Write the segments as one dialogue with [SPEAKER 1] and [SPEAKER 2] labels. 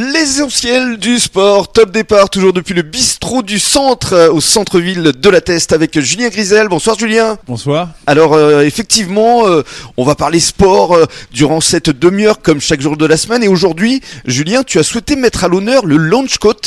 [SPEAKER 1] L'essentiel du sport, top départ, toujours depuis le bistrot du centre, euh, au centre-ville de la Teste, avec Julien Grisel. Bonsoir Julien.
[SPEAKER 2] Bonsoir.
[SPEAKER 1] Alors euh, effectivement, euh, on va parler sport euh, durant cette demi-heure, comme chaque jour de la semaine. Et aujourd'hui, Julien, tu as souhaité mettre à l'honneur le launch coat.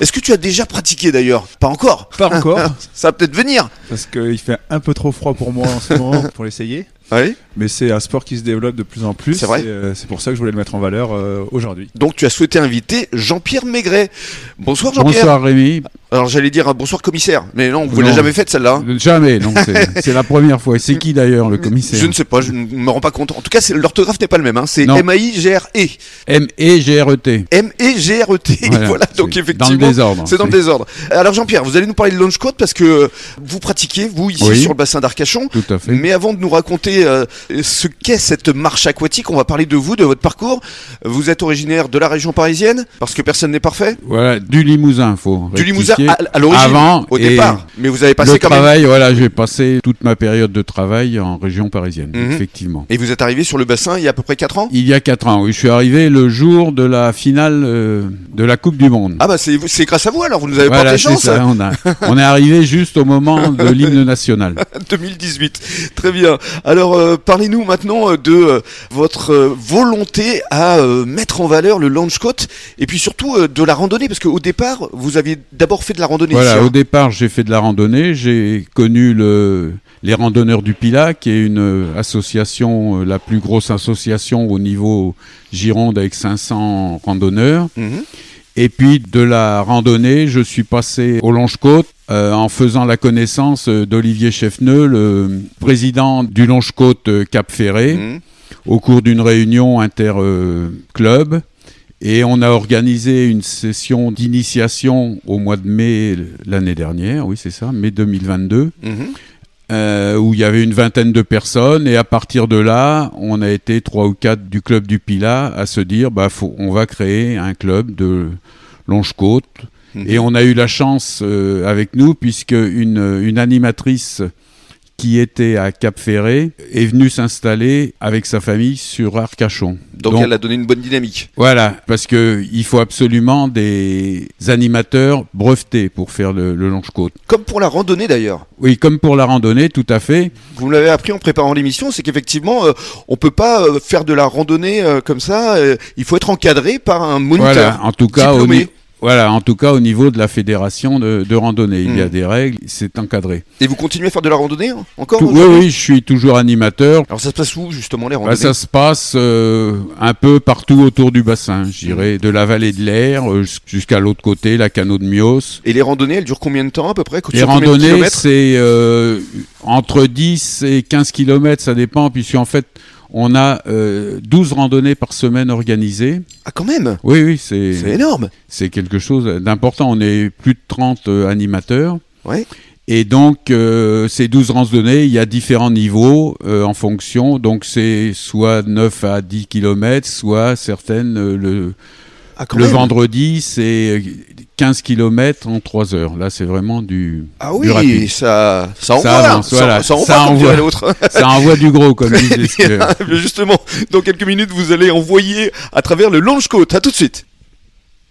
[SPEAKER 1] Est-ce que tu as déjà pratiqué d'ailleurs Pas encore.
[SPEAKER 2] Pas encore,
[SPEAKER 1] Ça va peut-être venir.
[SPEAKER 2] parce qu'il fait un peu trop froid pour moi en ce moment pour l'essayer.
[SPEAKER 1] Oui.
[SPEAKER 2] Mais c'est un sport qui se développe de plus en plus.
[SPEAKER 1] C'est vrai.
[SPEAKER 2] et, euh, c'est pour ça que je voulais le mettre en valeur euh, aujourd'hui.
[SPEAKER 1] Donc tu as souhaité inviter Jean-Pierre Maigret. Bonsoir Jean-Pierre.
[SPEAKER 3] Bonsoir Rémi.
[SPEAKER 1] Alors j'allais dire euh, bonsoir commissaire, mais non, vous ne
[SPEAKER 3] Non.
[SPEAKER 1] l'avez jamais fait celle-là. hein.
[SPEAKER 3] Jamais, non, c'est c'est la première fois. Et C'est qui d'ailleurs le
[SPEAKER 1] Je
[SPEAKER 3] commissaire
[SPEAKER 1] ne sais pas, je ne me rends pas compte. En tout cas, c'est- l'orthographe n'est pas le même. Hein. C'est
[SPEAKER 3] Non.
[SPEAKER 1] M-A-I-G-R-E.
[SPEAKER 3] E M-E-G-R-E-T.
[SPEAKER 1] M-E-G-R-E-T. Voilà, donc
[SPEAKER 3] c'est
[SPEAKER 1] effectivement.
[SPEAKER 3] Dans le désordre.
[SPEAKER 1] C'est dans le désordre. Alors Jean-Pierre, vous allez nous parler de launch code parce que euh, vous pratiquez, vous, ici
[SPEAKER 3] Oui.
[SPEAKER 1] sur le bassin d'Arcachon.
[SPEAKER 3] Tout à fait.
[SPEAKER 1] Mais avant de nous raconter euh, ce qu'est cette marche aquatique, on va parler de vous, de votre parcours. Vous êtes originaire de la région parisienne, parce que personne n'est parfait.
[SPEAKER 3] Voilà, du Limousin, faut.
[SPEAKER 1] Du Limousin
[SPEAKER 3] rectifier.
[SPEAKER 1] à, à l'origine,
[SPEAKER 3] Avant
[SPEAKER 1] au
[SPEAKER 3] et
[SPEAKER 1] départ. Mais vous avez passé
[SPEAKER 3] le
[SPEAKER 1] quand même
[SPEAKER 3] travail, voilà, j'ai passé toute ma période de travail en région parisienne,
[SPEAKER 1] Mhm.
[SPEAKER 3] effectivement.
[SPEAKER 1] Et vous êtes arrivé sur le bassin il y a à peu près 4 ans
[SPEAKER 3] Il y a quatre ans, oui, je suis arrivé le jour de la finale euh, de la Coupe du Monde.
[SPEAKER 1] Ah bah c'est c'est grâce à vous alors, vous nous avez
[SPEAKER 3] voilà,
[SPEAKER 1] porté
[SPEAKER 3] c'est
[SPEAKER 1] chance hein.
[SPEAKER 3] ça. On, a, on est arrivé juste au moment de l'hymne national.
[SPEAKER 1] 2018. Très bien. Alors euh, parlez-nous maintenant euh, de euh, votre euh, volonté à euh, mettre en valeur le launch coat et puis surtout euh, de la randonnée parce qu'au départ vous aviez d'abord fait de la randonnée.
[SPEAKER 3] Voilà,
[SPEAKER 1] ici,
[SPEAKER 3] au
[SPEAKER 1] hein.
[SPEAKER 3] départ, j'ai fait de la randonnée. J'ai connu le, les randonneurs du Pilat, qui est une euh, association, euh, la plus grosse association au niveau Gironde avec 500 randonneurs.
[SPEAKER 1] Mhm.
[SPEAKER 3] Et puis, de la randonnée, je suis passé au Longe-Côte euh, en faisant la connaissance euh, d'Olivier Chefneux, le président du Longe-Côte euh, Cap Ferré
[SPEAKER 1] Mhm.
[SPEAKER 3] au cours d'une réunion inter-club. Et on a organisé une session d'initiation au mois de mai l'année dernière, oui c'est ça, mai 2022,
[SPEAKER 1] Mhm.
[SPEAKER 3] euh, où il y avait une vingtaine de personnes. Et à partir de là, on a été trois ou quatre du club du Pilat à se dire, bah, faut- on va créer un club de Longe-Côte.
[SPEAKER 1] Mhm.
[SPEAKER 3] Et on a eu la chance euh, avec nous, puisque une, une animatrice qui était à Cap Ferré est venue s'installer avec sa famille sur Arcachon.
[SPEAKER 1] Donc, elle a donné une bonne dynamique.
[SPEAKER 3] Voilà, parce que il faut absolument des animateurs brevetés pour faire le, le longe-côte.
[SPEAKER 1] Comme pour la randonnée d'ailleurs.
[SPEAKER 3] Oui, comme pour la randonnée, tout à fait.
[SPEAKER 1] Vous me l'avez appris en préparant l'émission, c'est qu'effectivement euh, on peut pas euh, faire de la randonnée euh, comme ça. euh, il faut être encadré par un moniteur.
[SPEAKER 3] Voilà, en tout cas, au,
[SPEAKER 1] diplômé.
[SPEAKER 3] ni- voilà, en tout cas, au niveau de la fédération de, de randonnée, il y a
[SPEAKER 1] Mhm.
[SPEAKER 3] des règles, c'est encadré.
[SPEAKER 1] Et vous continuez à faire de la randonnée hein, encore
[SPEAKER 3] Tout- oui,
[SPEAKER 1] aujourd'hui
[SPEAKER 3] oui, je suis toujours animateur.
[SPEAKER 1] Alors ça se passe où justement les
[SPEAKER 3] Bah,
[SPEAKER 1] randonnées
[SPEAKER 3] ça se passe euh, un peu partout autour du bassin, je dirais, de la vallée de l'Air euh, jus- jusqu'à l'autre côté, la canot de Mios.
[SPEAKER 1] Et les randonnées, elles durent combien de temps à peu près
[SPEAKER 3] Les
[SPEAKER 1] Sur combien de
[SPEAKER 3] randonnées,
[SPEAKER 1] kilomètres
[SPEAKER 3] c'est euh, entre 10 et 15 kilomètres, ça dépend, puisque en fait, on a euh, 12 randonnées par semaine organisées.
[SPEAKER 1] Ah quand même
[SPEAKER 3] Oui, oui,
[SPEAKER 1] C'est
[SPEAKER 3] c'est
[SPEAKER 1] énorme
[SPEAKER 3] c'est quelque chose d'important. On est plus de 30 euh, animateurs.
[SPEAKER 1] Ouais.
[SPEAKER 3] Et donc, euh, ces 12 randonnées, il y a différents niveaux euh, en fonction. Donc, c'est soit 9 à 10 kilomètres, soit certaines, euh, le,
[SPEAKER 1] Ah quand
[SPEAKER 3] le
[SPEAKER 1] même
[SPEAKER 3] vendredi, c'est 15 kilomètres en 3 heures. Là, c'est vraiment du,
[SPEAKER 1] Ah
[SPEAKER 3] du
[SPEAKER 1] oui,
[SPEAKER 3] rapide.
[SPEAKER 1] ça, ça envoie,
[SPEAKER 3] avance,
[SPEAKER 1] ça,
[SPEAKER 3] voilà,
[SPEAKER 1] ça envoie,
[SPEAKER 3] ça
[SPEAKER 1] comme
[SPEAKER 3] envoie.
[SPEAKER 1] dirait l'autre.
[SPEAKER 3] Ça envoie du gros, comme disait Skinner.
[SPEAKER 1] Mais Justement, dans quelques minutes, vous allez envoyer à travers le launch coat. À tout de suite.